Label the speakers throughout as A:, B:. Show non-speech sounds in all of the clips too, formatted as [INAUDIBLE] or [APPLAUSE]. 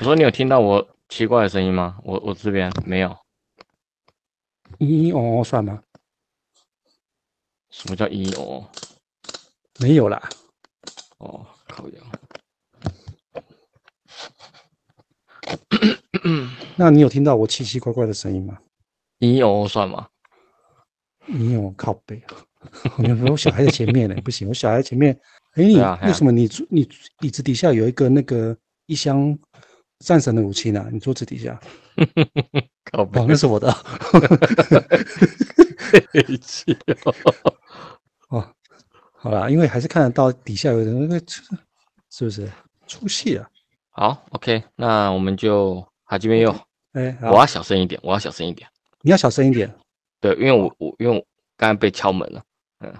A: 我说你有听到我奇怪的声音吗？我我这边没有。
B: 嘤嘤哦哦算吗？
A: 什么叫一哦
B: 没有啦，
A: 哦靠呀？
B: 那你有听到我奇奇怪怪的声音吗？
A: 一哦算吗？
B: 你有靠背啊！ [LAUGHS] 我有时候小孩在前面呢， [LAUGHS] 不行，我小孩前面，哎，你
A: 对啊对啊
B: 为什么你桌你椅子底下有一个那个一箱战神的武器呢？你桌子底下，
A: 靠
B: 哦，那是我的啊，
A: 北气哦！
B: 哦， [LAUGHS] 好啦，因为还是看得到底下有人 [LAUGHS] 那个，是不是出戏啊？
A: [LAUGHS] 好，OK，那我们就哈基米又，
B: 哎，好
A: 我要啊小声一点，我要小声一点。
B: 你要小声一点，
A: 对，因为我我因为我刚才被敲门了，嗯，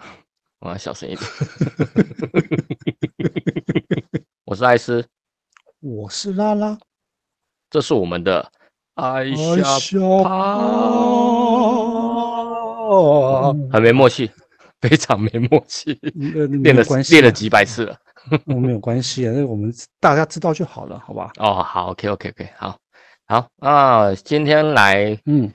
A: 我要小声一点。 [LAUGHS] 我是艾斯，
B: 我是拉拉，
A: 这是我们的艾
B: 哎
A: 夏，
B: 小
A: 趴
B: 胖，
A: 很没默契， [LAUGHS] 非常没默契，练
B: 练
A: 了
B: 关系啊，
A: 练了几百次了。
B: 我们没有关系啊，那我们大家知道就好了，好吧？
A: 哦，好，OK OK OK，好，好啊，今天来
B: 嗯，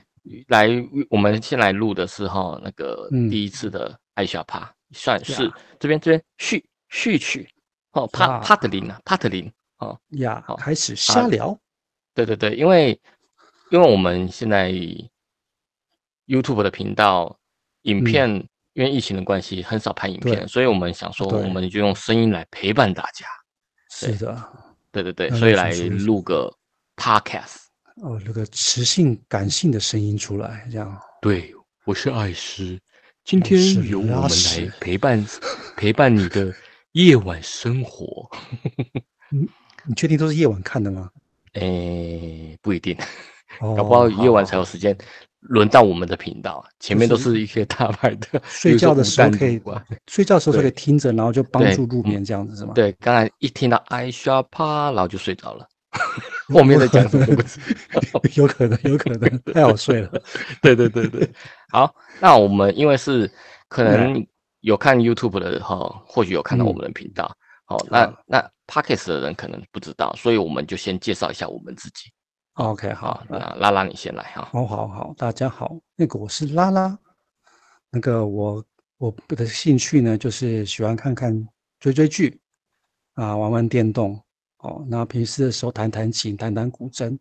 A: 来，我们先来录的是哈那个
B: 嗯
A: 第一次的艾夏趴，算
B: 对啊
A: 是这边这边序序曲哦，帕
B: 啊
A: 帕特林啊，帕特林。
B: 呀
A: 好，
B: 开始瞎聊，
A: 对对对，因为因为我们现在 YouTube 的频道影片，因为疫情的关系很少拍影片，
B: 嗯对
A: 所以我们想说，
B: 对
A: 我们就用声音来陪伴大家。
B: 是的。
A: 对对对，
B: 那
A: 所以
B: 就
A: 来
B: 是
A: 录个 Podcast。
B: 哦，那个磁性、感性的声音出来，这样
A: 对，我是艾师，今
B: 我是
A: 天由我
B: 拉
A: 们来
B: 屎
A: 陪伴陪伴你的夜晚生活。
B: 你确定都是夜晚看的吗？
A: 诶，哎不一定，
B: 哦，
A: 搞不好夜晚才有
B: 好。
A: 时间轮到我们的频道，前面都
B: 就是
A: 是一些大牌的，比
B: [LAUGHS] 睡
A: 如说
B: 觉的
A: 吴
B: 时候
A: 淡
B: 可以
A: 如啊，
B: 睡觉的时候就可以
A: 对
B: 听着，然后就帮
A: 对
B: 助入
A: 嗯
B: 眠，这样子是吗？，
A: 对，刚才一听到哀刷啪，然后就睡着了。后面在讲什么都不
B: [LAUGHS]
A: 知道。
B: [LAUGHS] 有可能，有可能，太好睡了。
A: 对对对对，好，那我们因为是可能有看 YouTube 的哈、或许有看到我们的频道。好、那那 Pockets 的人可能不知道，所以我们就先介绍一下我们自己。
B: OK，好
A: 好，，那拉拉你先来哈。
B: 好好好，大家好，那个我是拉拉，那个我我的兴趣呢就是喜欢看看追追剧，啊，玩玩电动，哦，那平时的时候弹弹琴，弹弹古筝，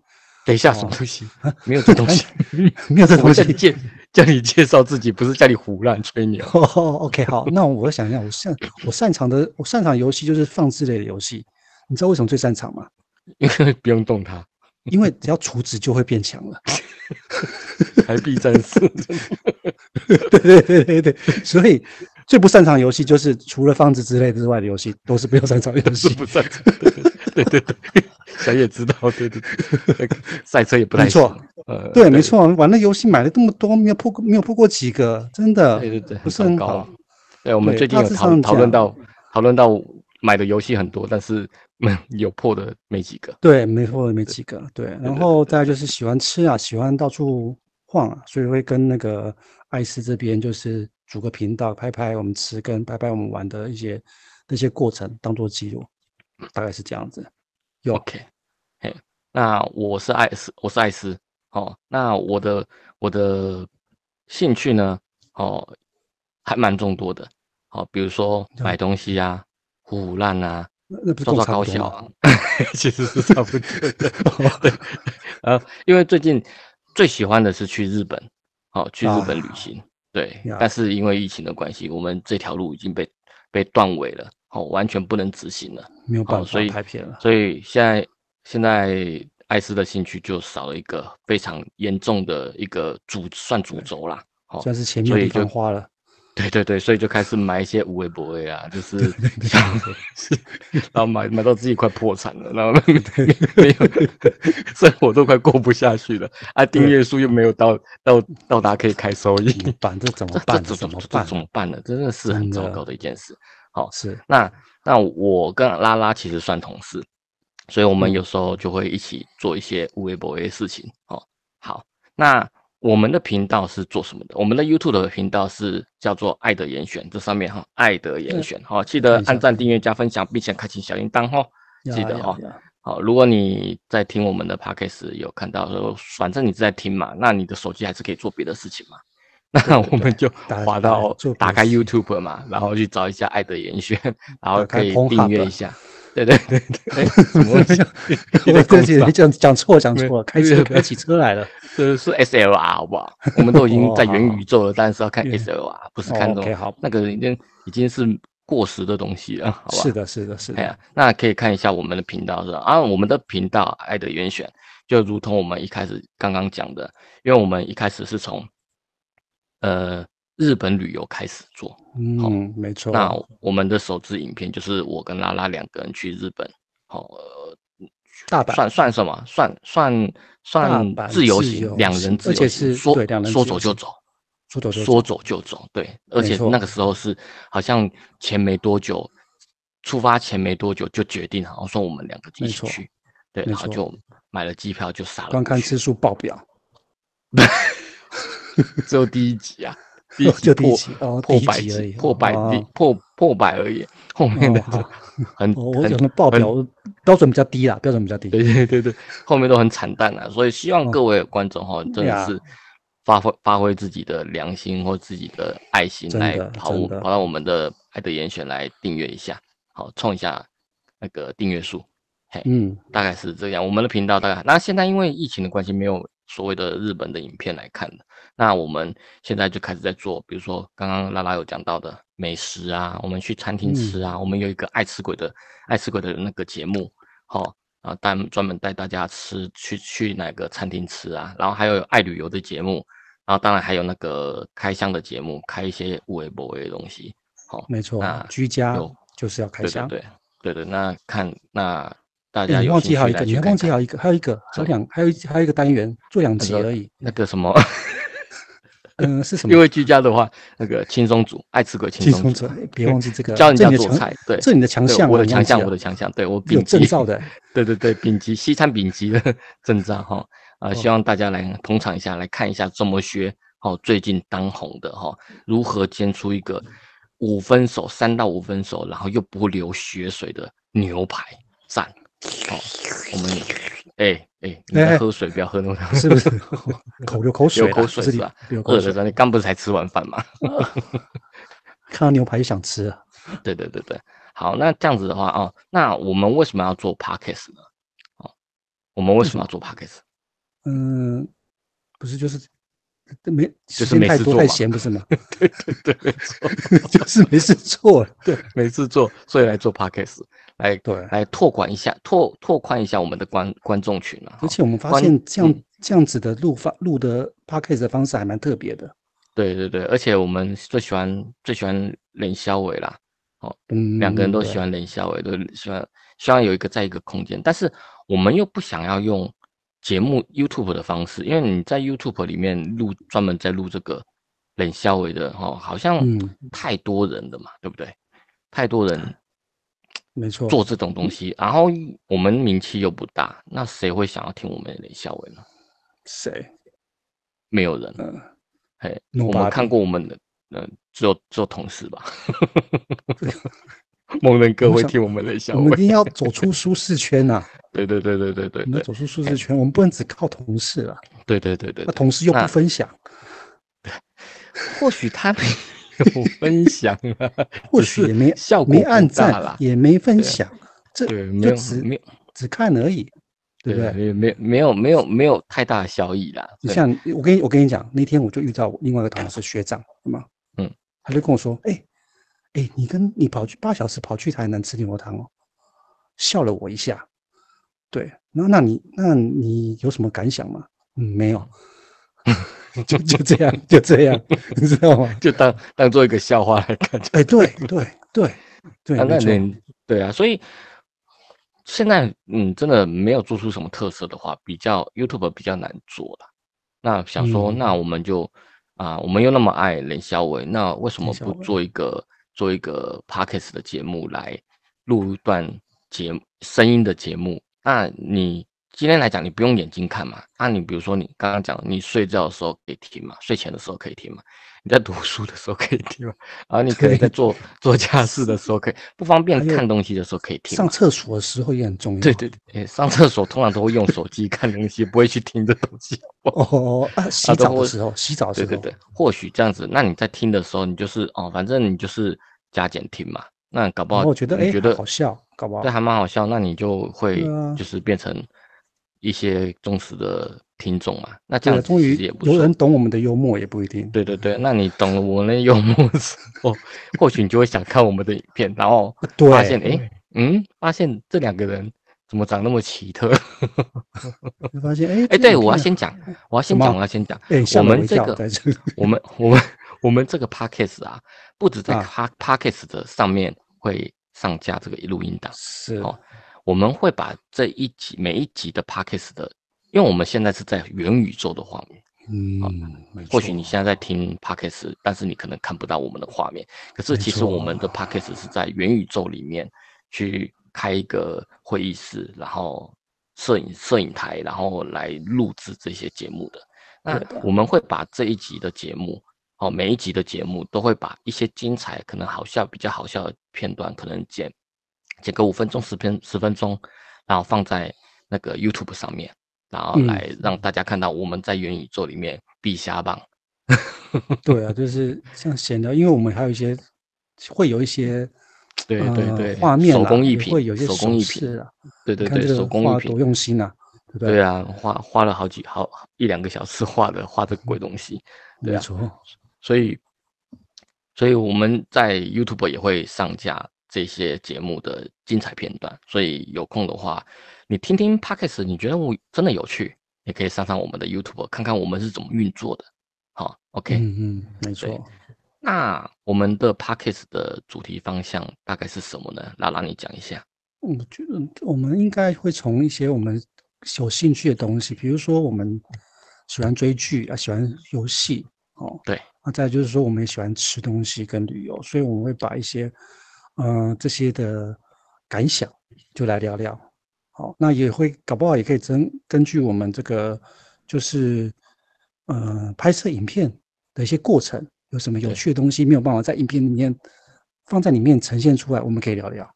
A: 等一下，什么东西？没有这东西。
B: 没有这
A: 我
B: 东
A: 们
B: 西
A: 叫你。介叫你介绍自己，不是叫你胡乱吹牛。
B: [LAUGHS] 哦，OK，好，那我想一下，我擅我擅长的我擅长游戏就是放置类的游戏，你知道为什么最擅长吗？
A: 因为不用动它，
B: 因为只要储值就会变强了。 [LAUGHS]
A: 还必战士。
B: 对对对对对，所以最不擅长游戏就是除了放置之类之外的游戏都是不要擅长的游
A: 是
B: 戏。
A: 不擅长。对对对对，小野知道，对对对，那个赛车也不太
B: 没错
A: 行，呃，
B: 对，没，错，玩那游戏买了这么多，没有破过，没有破过几个，真的
A: 对对对，啊
B: 不是很
A: 糟糕
B: 好。。
A: 对，我们
B: 对
A: 最近有
B: 大致
A: 讨
B: 上
A: 讨论
B: 讲
A: 到讨论到买的游戏很多，但是嗯有破的没几个。
B: 对，没错，没几个。对，然后再来就是喜欢吃啊，喜欢到处晃啊，所以会跟那个艾斯这边就是组个频道，拍拍我们吃跟拍拍我们玩的一些那些过程，当做记录，大概是这样子。有
A: OK，嘿，那我是艾斯，我是艾斯。哦，那我的我的兴趣呢，哦，还蛮众多的。哦，比如说买东西啊，胡胡乱啊，
B: 那那不是
A: 做
B: 跟
A: 到高
B: 我差不多
A: 效
B: 吗
A: 啊， [LAUGHS] 其实是差不多的。 [LAUGHS] 对，呃，因为最近最喜欢的是去日本，好、去日本旅
B: 啊
A: 行。对
B: 呀，
A: 但是因为疫情的关系，我们这条路已经被被断尾了，好、完全不能执行了。
B: 没有办
A: 哦所
B: 法
A: 以
B: 拍片了。
A: 所以现在现在艾斯的兴趣就少了一个非常严重的一个主算主轴啦。好、
B: 算是前
A: 哦所
B: 面
A: 以
B: 地方
A: 就
B: 花
A: [LAUGHS]
B: 了，
A: 对对对，所以就开始买一些无为不为 [LAUGHS] 啊，就是像，然后买买到自己快破产了，然后没有生活都快过不下去了，啊，订阅数又没有到到到达可以开收益，
B: 办这怎么
A: 这
B: 办？
A: 这
B: 这
A: 怎
B: 怎
A: 么
B: 么
A: 这
B: 办？
A: 怎么办呢？真的是很
B: 真
A: 糟
B: 的
A: 糕的一件事。好，
B: 是
A: 那那我跟拉拉其实算同事，所以我们
B: 嗯
A: 有时候就会一起做一些无微不微的事情。哦，好，那我们的频道是做什么的？我们的 YouTube 的频道是叫做“爱的严选”，这上面哈，“爱的严选”哈、记得
B: 看一下
A: 按赞、订阅、加分享，并且开启小铃铛哈、哦。记
B: 呀
A: 得
B: 呀
A: 哦
B: 呀
A: 好，如果你在听我们的 podcast 有看到说，反正你是在听嘛，那你的手机还是可以做别的事情嘛。那我们就
B: 打
A: 滑到
B: 做别
A: 打
B: 的
A: 开
B: 事
A: YouTube 嘛，然后去找一下《爱的严选》，然后
B: 打开
A: 可以
B: Pornhub
A: 订阅一下。对对对对，怎么会这样
B: [LAUGHS]
A: [LAUGHS]
B: 我对不起，
A: 工伤
B: 你讲讲错讲
A: 没
B: 错了，开
A: 没
B: 车
A: 有
B: 开起车来了。
A: 这是 SLR 好不好？我们都已经在
B: 哦
A: 元宇宙了，但是要看
B: 元
A: SLR，不是看
B: 哦
A: 这
B: ，OK，
A: 种
B: 好，
A: 那个已经已经是过时的东西了，好吧？
B: 是的，是的，是
A: 哎
B: 的
A: 呀，，那可以看一下我们的频道是吧？啊，我们的频道《爱的源选》就如同我们一开始刚刚讲的，因为我们一开始是从呃日本旅游开始做，
B: 嗯，没错。
A: 那我们的首支影片就是我跟拉拉两个人去日本，好、呃
B: 大阪
A: 算算什么？算算算
B: 大阪
A: 自由
B: 自
A: 行
B: 由，
A: 两人
B: 行
A: 自
B: 而
A: 由
B: 且
A: 行
B: 是
A: 说
B: 对两人
A: 说
B: 自
A: 走
B: 由
A: 就
B: 行
A: 走，
B: 说走就
A: 说
B: 走
A: 走就走，对，而
B: 没
A: 且
B: 错
A: 那个时候是好像前没多久，出发前没多久就决定，好像说我们两个一
B: 没
A: 起
B: 错
A: 去，对，
B: 没
A: 然后
B: 错
A: 就买了机票就杀了过去，
B: 观看次数爆表，
A: 只有第一集
B: [LAUGHS]
A: 啊，第一集
B: 就第一
A: 破
B: 集哦，
A: 破
B: 第一
A: 百
B: 集而已
A: 集，破百集
B: 哦，
A: 破破百而已，后面的
B: 哦好
A: 很
B: 哦，我
A: 嗯很
B: 讲的爆表标准比较低啦，标准比较低。
A: 对 [LAUGHS] 对对对，后面都很惨淡啊，所以希
B: 哦
A: 望各位观众哈，真的
B: 呀
A: 是发挥发挥自己的良心或自己的爱心
B: 真
A: 来
B: 的
A: 跑我
B: 真的
A: 跑到我们的爱的严选来订阅一下，好冲一下那个订阅数，
B: 嗯，
A: 大概是这样。我们的频道大概那现在因为疫情的关系，没有所谓的日本的影片来看了，那我们现在就开始在做，比如说刚刚拉拉有讲到的美食啊，我们去餐厅
B: 嗯
A: 吃啊，我们有一个爱吃鬼的爱吃鬼的那个节目，好、然后带专门带大家吃去去哪个餐厅吃啊，然后还有爱旅游的节目，然后当然还有那个开箱的节目，开一些无为不为的东西，好、
B: 没错
A: 那，
B: 居家
A: 啊有
B: 就是要开
A: 对对
B: 箱。
A: 对对对，那看那大
B: 哎
A: 家
B: 你
A: 有
B: 忘
A: 兴
B: 记
A: 趣
B: 还有一
A: 来
B: 个，你
A: 去
B: 还
A: 看
B: 忘记
A: 看
B: 还有一个，还有一个，还有两，还有一还有一个单元，做两集而已。
A: 那个什么， [LAUGHS]
B: 嗯，是什么
A: 因？为居家的话，那个轻松组爱吃鬼轻
B: 轻
A: 松
B: 松
A: 组
B: 者，，哎别忘记这
A: [LAUGHS]
B: 个，
A: 教人
B: 这
A: 家
B: 你的
A: 做
B: 强
A: 菜，对，
B: 这你的强
A: 对
B: 项啊，
A: 我的
B: 你
A: 强
B: 忘记
A: 项，
B: 了
A: 我的强项，对我
B: 有
A: 丙级
B: 证照的，
A: [LAUGHS] 对对对，丙级西餐丙级的证照哈，
B: 哦
A: 啊，希望大家来捧场一下，来看一下这么学哦，最近当红的哈、如何煎出一个五分熟三到五分熟，然后又不流血水的牛排赞哦，我们哎哎，你在
B: 哎
A: 喝水，不要喝那么多， [LAUGHS]
B: 是不是？口流口水
A: 流
B: 啦，
A: 口
B: 不
A: 水
B: 是 [LAUGHS]
A: 是
B: 流
A: 吧？
B: 流
A: 饿
B: 口
A: 了，
B: 水，
A: 咱你刚不是才吃完饭吗？
B: 看到牛排就想吃啊。
A: 对对对对，好，那这样子的话哦，那我们为什么要做 podcast 呢？哦，我们为什么要做 podcast？
B: 嗯，不是，就是没
A: 就是
B: 时间
A: 没
B: 太
A: 事
B: 多
A: 做
B: 太
A: 嘛
B: 闲，不是吗？ [LAUGHS]
A: 对 [LAUGHS] 对对，没错，
B: 就是没事做了。
A: 对，没事做，所以来做 podcast，来
B: 对，
A: 来拓宽一下，拓拓宽一下我们的观观众群啊。哈
B: 而且我们发
A: 关
B: 现这样
A: 嗯
B: 这样子的录法录的 podcast 的方式还蛮特别的。
A: 对对对，而且我们最喜欢最喜欢冷肖伟啦，
B: 嗯，
A: 两个人都
B: 对
A: 喜欢冷笑伟，都喜欢希望有一个在一个空间，但是我们又不想要用节目 YouTube 的方式，因为你在 YouTube 里面录专门在录这个冷笑伟的哈、哦，好像
B: 嗯哦
A: 太多人了嘛，对不对？太多人
B: 没错，
A: 做这种东西，然后我们名气又不大，那谁会想要听我们的冷笑伟呢？
B: 谁？
A: 没有人，
B: 嗯，
A: 嘿，
B: Nobody
A: 我们看过我们的，呃，只有只有同事
B: [LAUGHS]
A: 吧。 [LAUGHS] 某人哥
B: 我
A: 会
B: 想
A: 听我们冷笑
B: 我们
A: 伟
B: 一，定要走出舒适圈呐、
A: 对对对对对 [LAUGHS] 对
B: 我们
A: 对
B: 要走出舒适圈，我们不能只靠同事了，
A: 对对对对
B: 那
A: 对，
B: 同事又
A: 那
B: 不分享，
A: [LAUGHS] 或许他没有分享啊，
B: [LAUGHS] 或
A: 只
B: 许
A: 是
B: 也没
A: 效果
B: 没
A: 不
B: 按
A: 大
B: 赞
A: 啦，，
B: 也没分
A: 对
B: 享，这
A: 对，没
B: 就
A: 有
B: 只
A: 没有
B: 只看而已，对不对？
A: 对，没有没有没有没有太大的效益啦。
B: 你
A: 对
B: 像我跟你我跟你讲，那天我就遇到我另外一个同事学长，对吗？
A: 嗯，
B: 他就跟我说，哎、哎、你跟你跑去八小时跑去台南吃牛肉汤哦，笑了我一下。对，那那你那你有什么感想吗？嗯，没
A: [LAUGHS]
B: 有， [LAUGHS] 就就这样，就这样， [LAUGHS] 你知道吗？
A: 就当当做一个笑话来看。
B: 哎、对对对对，
A: 啊那
B: 没错，
A: 你对啊，所以现在嗯，真的没有做出什么特色的话，比较 YouTube 比较难做了。那想说，
B: 嗯
A: 那我们就啊，我们又那么爱冷小伟，那为什么
B: 冷小
A: 不
B: 伟
A: 做一个做一个 podcast 的节目来录一段节目声音的节目？那你今天来讲，你不用眼睛看嘛。那、你比如说你刚刚讲的，你睡觉的时候可以听嘛，睡前的时候可以听嘛，你在读书的时候可以听嘛，然后你可以在做做家事的时候可以，不方便
B: 还有
A: 看东西的时候可以听
B: 上
A: 嘛。
B: 厕所的时候也很重
A: [LAUGHS]
B: 要。
A: 对对对，诶上厕所通常都会用手机 [LAUGHS] 看东西，不会去听这东西。 [LAUGHS]
B: 哦，啊，洗
A: 都
B: 澡的
A: 会
B: 时候，洗澡的时
A: 对
B: 候，
A: 对对，或许这样子，那你在听的时候，你就是哦，反正你就是加减听嘛。那搞不
B: 然
A: 好
B: 后我觉得
A: 你
B: 哎
A: 觉得，
B: 好笑，搞不好
A: 对，还蛮好笑。那你就会
B: 对啊
A: 就是变成一些忠实的听众嘛。那这
B: 对
A: 样
B: 啊，
A: 子
B: 终
A: 其
B: 于
A: 实也不
B: 有
A: 错
B: 人。懂我们的幽默也不一定。
A: 对对对，那你懂了我们的幽默之后，或许你就会想看我们的影片，然后
B: 对
A: 发现哎、诶嗯，发现这两个人怎么长那么奇
B: [LAUGHS]
A: 特？
B: 你发现哎
A: 哎，
B: 哎，
A: 对我要先
B: [LAUGHS]
A: 讲，我要先
B: 么
A: 讲，我要先讲，
B: 哎，吓
A: 我
B: 了
A: 们
B: 我一
A: 这
B: 跳
A: 个
B: 在这，
A: 我们 [LAUGHS] 我们我们这个 podcast 啊，不止在
B: 啊
A: pa- podcast 的上面会上架这个录音档，
B: 是
A: 哦我们会把这一集每一集的 podcast 的，因为我们现在是在元宇宙的画面，
B: 嗯，没
A: 或
B: 错
A: 许你现在在听 podcast，但是你可能看不到我们的画面，可是
B: 没
A: 其实
B: 错
A: 我们的 podcast 是在元宇宙里面去开一个会议室，然后摄影摄影台，然后来录制这些节目的。那
B: 对的
A: 我们会把这一集的节目，哦，每一集的节目都会把一些精彩、可能好笑、比较好笑的片段，可能剪剪个五分钟、十分十分钟，然后放在那个 YouTube 上面，然后
B: 嗯
A: 来让大家看到我们在元宇宙里面避瞎棒。
B: [LAUGHS] 对啊，就是像闲聊，因为我们还有一些会有一些
A: 对对
B: 呃
A: 对，
B: 画面
A: 手
B: 啦
A: 工艺
B: 也
A: 品，
B: 会有一些
A: 手工艺
B: 手
A: 品
B: 势啊，
A: 对对
B: 你看
A: 对，
B: 这
A: 手
B: 个
A: 工艺
B: 画多
A: 品，
B: 用心啊，对不对？
A: 对啊，花花了好几好一两个小时画的画这个鬼东西，对
B: 没
A: 啊
B: 错，
A: 所以，所以我们在 YouTube 也会上架这些节目的精彩片段，所以有空的话，你听听 Podcast，你觉得我真的有趣，也可以上上我们的 YouTube 看看我们是怎么运作的。好，OK，、
B: 嗯嗯，没错。
A: 那我们的 Podcast 的主题方向大概是什么呢？拉拉，你讲一下。
B: 我觉得我们应该会从一些我们有兴趣的东西，比如说我们喜欢追剧啊，喜欢游戏哦，
A: 对，
B: 那再就是说我们也喜欢吃东西跟旅游，所以我们会把一些呃这些的感想就来聊聊。好，那也会搞不好也可以根根据我们这个就是呃拍摄影片的一些过程，有什么有
A: 对
B: 趣的东西没有办法在影片里面放在里面呈现出来，我们可以聊聊。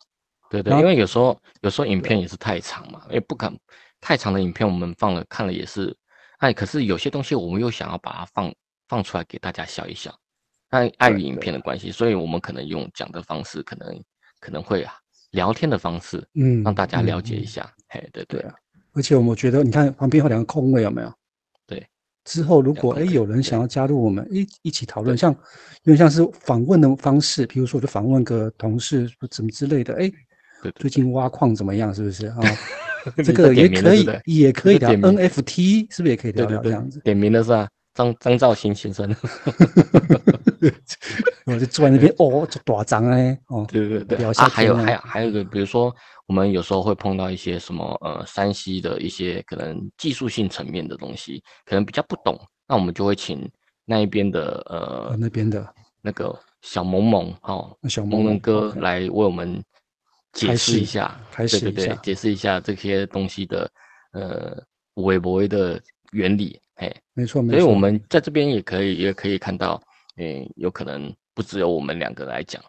A: 对对，
B: 然
A: 因
B: 后
A: 为有时候有时候影片也是太长嘛，也不敢太长的影片我们放了看了也是，哎，可是有些东西我们又想要把它放放出来给大家笑一笑，那碍于
B: 对
A: 影
B: 对
A: 片的关系，所以我们可能用讲的方式，可能可能会啊聊天的方式
B: 嗯，
A: 让大家了解一
B: 嗯嗯
A: 下，嘿，对
B: 对
A: 对
B: 啊，而且我们觉得，你看旁边有两个空位，有没有？
A: 对。
B: 之后如
A: 两
B: 果
A: 个
B: 哎
A: 空位
B: 有人
A: 对
B: 想要加入我们一一起讨论，
A: 对
B: 像因为像是访问的方式，比如说我就访问个同事什么之类的，哎，
A: 对对
B: 最近挖矿怎么样？是不
A: [LAUGHS]
B: 是啊？
A: 你
B: 这
A: 就
B: 个也
A: 点名了
B: 可
A: 对
B: 以
A: 不对，
B: 也可以
A: 就
B: 聊
A: 点名
B: NFT，是不是也可以
A: 对对
B: 聊聊这
A: 对
B: 样子，？
A: 点名的是啊，张张兆兴先生，
B: 我就坐在那边哦，就大张哎哦，
A: 对对对，
B: 聊一
A: 啊，
B: 下
A: 还有
B: 天啊
A: 还有还有一个，比如说我们有时候会碰到一些什么呃山西的一些可能技术性层面的东西，可能比较不懂，那我们就会请那一边的
B: 啊
A: 呃
B: 那边的
A: 那个小萌萌哦，
B: 那小
A: 萌
B: 萌
A: 萌哥
B: OK
A: 来为我们解
B: 开
A: 释一
B: 始
A: 下，
B: 开
A: 对
B: 始
A: 对
B: 一
A: 对
B: 下，，
A: 解释一下这些东西的呃微博的原理，哎，
B: 没错没
A: 所
B: 错，
A: 以我们在这边也可以也可以看到，嗯，有可能不只有我们两个来讲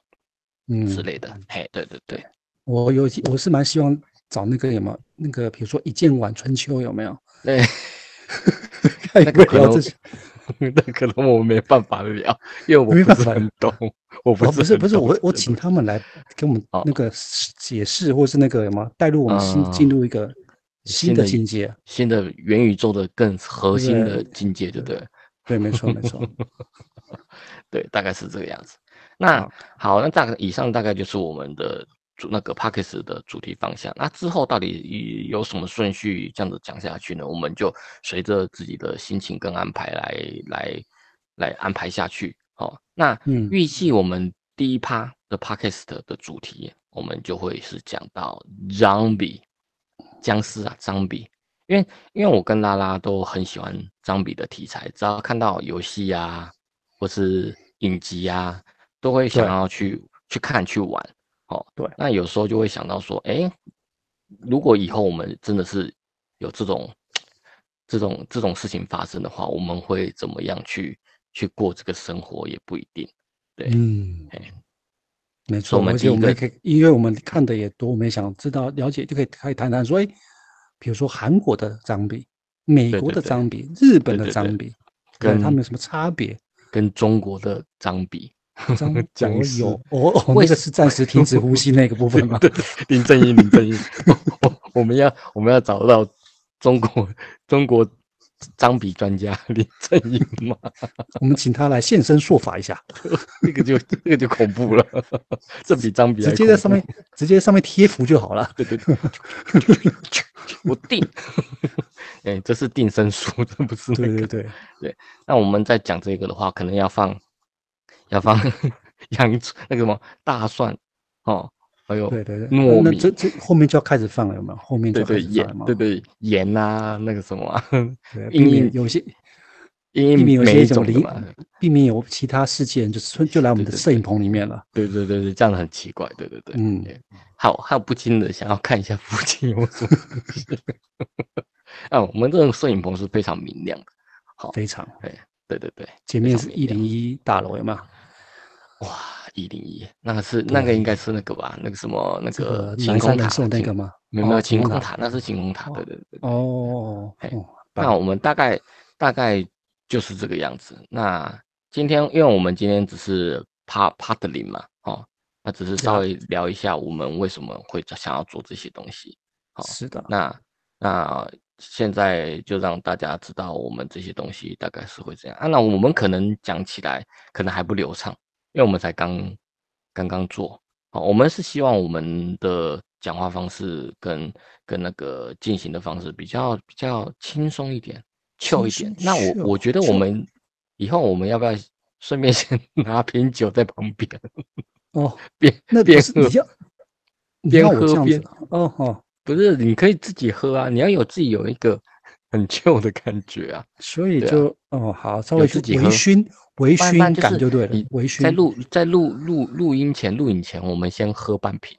B: 嗯
A: 之类的，嘿，对对对。
B: 我有我是蛮希望找那个有没有那个，比如说一剑晚春秋有没有？ [LAUGHS]
A: 对，
B: 那
A: 那个可
B: 聊
A: 能
B: 这些，
A: 那可能我 [LAUGHS] 没办法聊，因为我
B: 没
A: 不
B: 办
A: 是
B: 法
A: 很懂，我
B: 哦，不是
A: 很
B: 不是，
A: 懂
B: 我我
A: 这
B: 请
A: 个
B: 他们来给我们
A: 哦
B: 那个解释，或是那个什么带入我们新进
A: 嗯
B: 入一个新
A: 的
B: 的境界。
A: 新的元宇宙的更核心
B: 对
A: 的境界，对不对？
B: 对，没错没错，
A: 对，大概是这个样子。那
B: 好
A: 好，那大概以上大概就是我们的主那个 p a c k a g e 的主题方向。那之后到底以有什么顺序这样子讲下去呢？我们就随着自己的心情跟安排来来来安排下去。好、哦，那
B: 嗯
A: 预计我们第一趴的 p a c k a g e 的主题，我们就会是讲到 zombie 僵尸啊，zombie。因为因为我跟拉拉都很喜欢 zombie 的题材，只要看到游戏啊，或是影集啊，都会想
B: 对
A: 要去去看去玩。哦，
B: 对
A: 那有时候就会想到说，哎，如果以后我们真的是有这种这种这种事情发生的话，我们会怎么样去去过这个生活也不一定。 [LAUGHS] 对，
B: 嗯，
A: 哎
B: 没
A: 所以
B: 错，
A: 我们
B: 而
A: 第
B: 且
A: 一
B: 我们也
A: 个
B: 可以，因为我们看的也多，我们也想知道了解，就可以可以谈谈说，哎，比如说韩国的占比、美
A: 对
B: 国
A: 对
B: 的
A: 对
B: 占比、日
A: 对
B: 本的
A: 对
B: 占
A: 对
B: 比，
A: 跟
B: 他们有什么
A: [LAUGHS]
B: 差别？
A: 跟中国的张比，
B: 张
A: 僵
B: 国
A: 尸
B: 有哦哦，
A: 为
B: 那个
A: 什
B: 是暂时停止呼吸那个部分吗？
A: [LAUGHS] 对，林正英，林正英， [LAUGHS] 我我们要我们要找到中国中国张比专家林正英嘛，
B: 我们请他来现身说法一下，
A: 那个就那个就恐怖了，这比张比还
B: 直接在
A: 恐
B: 上
A: 怖
B: 面直接上面贴符就
A: [LAUGHS]
B: 好了。
A: 对对对，我定， [LAUGHS] 哎、这是定身术，这不是那
B: 对
A: 个。
B: 对对，
A: 那我们在讲这个的话，可能要放要放 [LAUGHS] 洋葱，那个什么大蒜哦，还有
B: 对对对，
A: 糯
B: 那
A: 米
B: 这这后面就要开始放了，有没有？后面就
A: 对对
B: 要开始放了
A: 盐，
B: 嘛
A: 对对盐啊，那个什么、啊，
B: 对，避
A: 因
B: 免
A: 应
B: 有些
A: 因
B: 避免
A: 为
B: 有
A: 每
B: 些
A: 一
B: 什么
A: 种的
B: 灵
A: 嘛，，
B: 避免有其他事件就村就来我们的摄影棚里面了。
A: 对对对对，这样很奇怪，对对对，
B: 嗯
A: 对，还有还有不禁的想要看一下附近有什么东西， [LAUGHS] 啊，我们这种摄影棚是非常明亮的，好，
B: 非常，
A: 对对对，
B: 前
A: 非
B: 面
A: 常
B: 是
A: 明
B: 一
A: 亮
B: 零一大楼，有没有？
A: 哇，一零一，那个是那个应该是那个吧，那个什么那
B: 这
A: 个
B: 个
A: 晴
B: 南山
A: 空
B: 人
A: 塔
B: 寿那
A: 晴
B: 个吗？
A: 没有没有
B: 哦
A: 晴
B: 空
A: 空塔，哎那是晴空塔，
B: 哦
A: 对对对。对
B: 哦
A: 嘿
B: 哦，
A: 那我们大概大概就是这个样子。那今天因为我们今天只是帕帕特林嘛，哦，那只是稍微聊一下我们为什么会想要做这些东西。好
B: 是的，
A: 那那现在就让大家知道我们这些东西大概是会这样啊。那我们可能讲起来可能还不流畅，因为我们才刚刚刚做。好，我们是希望我们的讲话方式跟跟那个进行的方式比较比较轻松一点、chill 一
B: 轻
A: 点。
B: 松
A: 那我我觉得我
B: chill，chill
A: 们以后我们要不要顺便先 [LAUGHS] 拿瓶酒在旁边
B: 哦，
A: [LAUGHS] 边
B: 那不
A: 边
B: 是你
A: 喝？
B: 要你
A: 边
B: 要我
A: 喝
B: 这样
A: 边
B: 子哦哦，
A: 不是，你可以自己喝啊，你要有自己有一个很 [LAUGHS] chill 的感觉啊。
B: 所以
A: 对啊
B: 就哦好，稍
A: 有
B: 微
A: 自
B: 去
A: 己
B: 微
A: 喝
B: 醺微
A: 不然不然
B: 醺
A: 就
B: 感
A: 是
B: 就对了
A: 你，
B: 微
A: 在
B: 醺
A: 录在录录录音前录影前，我们先喝半瓶。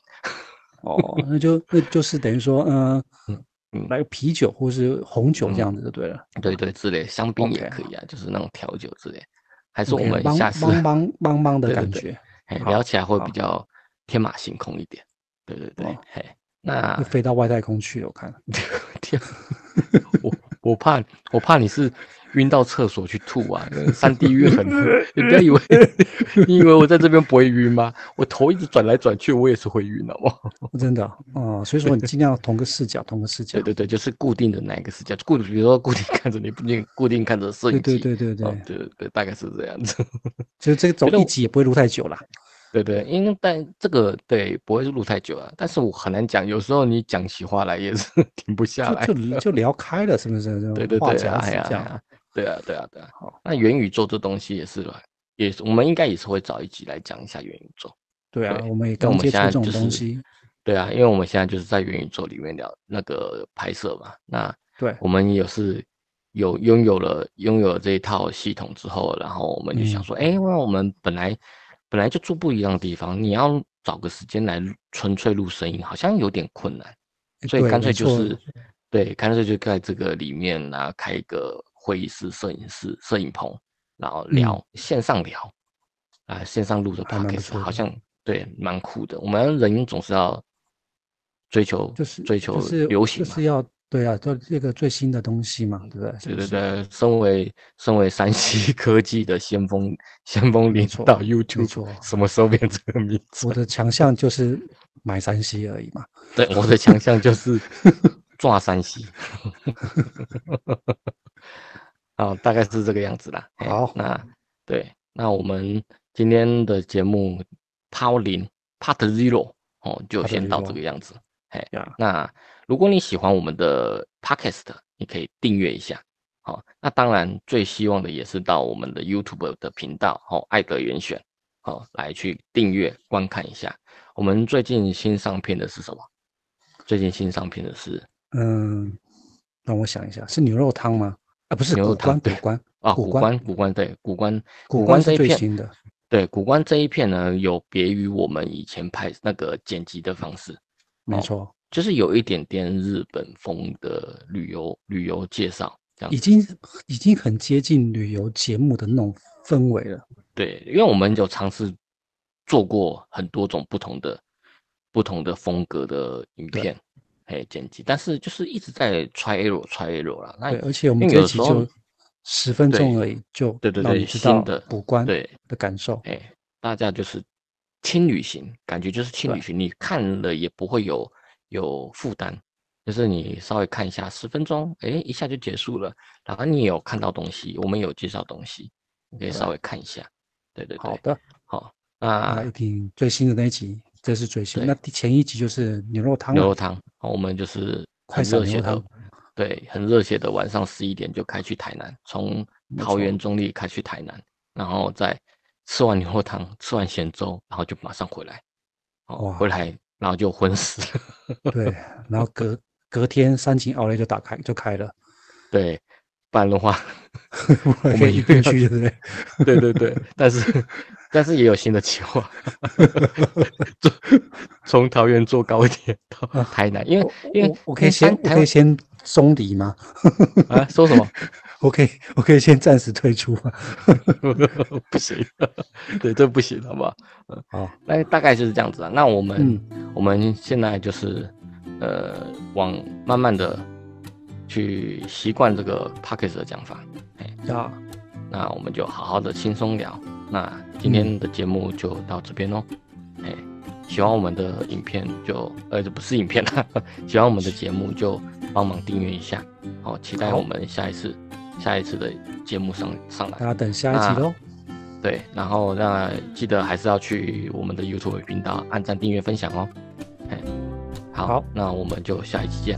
B: 哦，那就那就是等于说嗯
A: 嗯嗯
B: 来个啤酒或是红酒这样子就对了。
A: 对对，之类香槟也
B: 啊 OK，
A: 可以啊，就是那种调酒之类。还是我
B: OK，
A: 们
B: 帮
A: 下次
B: 帮帮帮帮的
A: 对对
B: 感
A: 对
B: 觉，
A: 哎，
B: 好
A: 聊起来会
B: 好
A: 比较天马行空一点。对对对，
B: 哦
A: 嘿，
B: 会 [LAUGHS]
A: 那
B: 飞到外太空去了。我看
A: 天，我我怕我怕你是晕到厕所去吐啊，三 D 晕很，你不要
B: [LAUGHS]
A: 以为你以为我在这边不会晕吗？我头一直转来转去，我也是会晕的、哦。
B: 真的哦，所以说你尽量同个视角，同个视角
A: 对。对对，就是固定的那一个视角，固定比如说固定看着你，不定固定看着摄影
B: 对
A: 机。
B: 对对对
A: 哦
B: 对，
A: 对对对，大概是这样子。 [LAUGHS]
B: 其实这种
A: 觉得
B: 一
A: 我
B: 集也不会录太久啦。
A: 对对，因为但这个对不会录太久啊，但是我很难讲，有时候你讲起话来也是 [LAUGHS] 停不下来。
B: 就就就聊开了，是不是？
A: 啊对对
B: 话
A: 对，
B: 匣子
A: 哎呀
B: 这
A: 哎
B: 样
A: 呀，对啊对啊对啊。
B: 好，
A: 那元宇宙这东西也是啦，也是我们应该也是会找一集来讲一下元宇宙。
B: 对啊，
A: 对
B: 我们也
A: 那我
B: 刚
A: 们
B: 接触
A: 现在
B: 这种
A: 就
B: 东
A: 是
B: 西，
A: 对啊，因为我们现在就是在元宇宙里面聊那个拍摄嘛，那
B: 对，
A: 我们也是有拥有了拥有了这一套系统之后，然后我们就想
B: 嗯
A: 说，哎、那我们本来本来就住不一样的地方，你要找个时间来录纯粹录声音，好像有点困难，所以
B: 哎对
A: 干
B: 没
A: 脆就
B: 错
A: 是对，干脆就在这个里面啊开一个会议室、摄影室、摄影棚，然后聊、线上聊啊，线上录的
B: 嗯还蛮不
A: podcast
B: 错
A: 好
B: 的
A: 像对蛮酷的。我们人总是要追求
B: 就是
A: 追求
B: 就是
A: 流行
B: 就
A: 嘛，
B: 是要对啊，就这个最新的东西嘛，对不对？是
A: 对
B: 不
A: 对
B: 是？
A: 对，身为身为山西 [LAUGHS] 科技的先锋先锋
B: 没
A: 领
B: 错
A: 导
B: 没
A: YouTube，
B: 错
A: 什么时候变这个名字
B: 我？的强项就是买三 C 而已嘛。
A: 对，我的强项就是抓山西。 [LAUGHS] 啊，大概是这个样子啦。嘿
B: 好
A: 那对，那我们今天的节目抛零 Part Zero 哦，就
B: Part
A: 先到这
B: Zero
A: 个样子。嘿
B: 呀
A: 那如果你喜欢我们的 Podcast，你可以订阅一下。好、那当然最希望的也是到我们的 YouTube 的频道，好、爱的严选，好、来去订阅观看一下。我们最近新上片的是什么？最近新上片的是
B: 嗯，让我想一下，是牛肉汤吗？啊，不是
A: 牛肉
B: 骨
A: 汤
B: 关，骨
A: 对
B: 关，
A: 啊，
B: 古
A: 古
B: 关
A: 关，古关对，古关，
B: 骨
A: 关
B: 关
A: 这
B: 是
A: 一
B: 最
A: 片，
B: 新的。
A: 对，古关这一片呢，有别于我们以前拍那个剪辑的方式，
B: 没
A: 哦
B: 错，
A: 就是有一点点日本风的旅游旅游介绍这样
B: 已。经已经很接近旅游节目的那种氛围了。
A: 对，因为我们有尝试做过很多种不同的、不同的风格的影
B: 对
A: 片，哎，剪辑，但是就是一直在 try error try error 啦。那
B: 对，而且我
A: 因
B: 们
A: 为
B: 这一
A: 有
B: 集
A: 时候
B: 就十分
A: 对
B: 钟而已，就
A: 对对
B: 让
A: 对
B: 你知
A: 新
B: 道
A: 的
B: 补关
A: 对
B: 的感受。
A: 哎，大家就是轻旅行，感觉就是轻旅行，你看了也不会有有负担，就是你稍微看一下十分钟，哎，一下就结束了。然后你有看到东西，我们有介绍东西，你可以
B: 对
A: 稍微看一下。对对
B: 好
A: 对，
B: 的，
A: 好，
B: 那
A: 那
B: 一定最新的那一集，这是最新。
A: 对
B: 那第前一集就是牛肉汤
A: 牛
B: 了
A: 肉汤，好，我们就是
B: 快
A: 很
B: 闪
A: 热
B: 牛
A: 血
B: 肉
A: 的
B: 汤，，
A: 对，很热血的，晚上十一点就开去台南，从
B: 没
A: 桃园
B: 错
A: 中立开去台南，然后再吃完牛肉汤，吃完咸粥，然后就马上回来，哦，
B: 哇
A: 回来然后就昏死了， [LAUGHS]
B: 对，然后隔隔天三井奥莱就打开就开了，
A: 对，不然的
B: [LAUGHS]
A: 话，
B: 我
A: 我
B: 可
A: 们
B: 以一
A: 又
B: 边
A: 要
B: [LAUGHS] 去，对不对？
A: 对对对，但是但是也有新的计划， [LAUGHS] 坐从桃园坐高铁
B: 啊
A: 到台南，因为因为
B: 我我
A: 因
B: 可
A: 为
B: 以先
A: 三
B: 我
A: 台
B: 可以
A: 湾
B: 先中离吗？
A: 啊，说什么？
B: 我可以我可以先暂时退出吗？
A: [LAUGHS] 不行，对，这不行，好吧？
B: 好，
A: 那大概就是这样子啊。那我们、
B: 嗯，
A: 我们现在就是呃，往慢慢的去习惯这个 p o c k e t 的讲法。
B: 要
A: 那我们就好好的轻松聊。那今
B: 嗯
A: 天的节目就到这边喽。哎、喜欢我们的影片就呃，这不是影片啦， [LAUGHS] 喜欢我们的节目就帮忙订阅一下。好，期待
B: 好
A: 我们下一次下一次的节目上上来
B: 大。家等下一集
A: 那
B: 喽。
A: 对，然后那记得还是要去我们的 YouTube 频道按赞、订阅、分享哦。哎，好，
B: 好
A: 那我们就下一期见，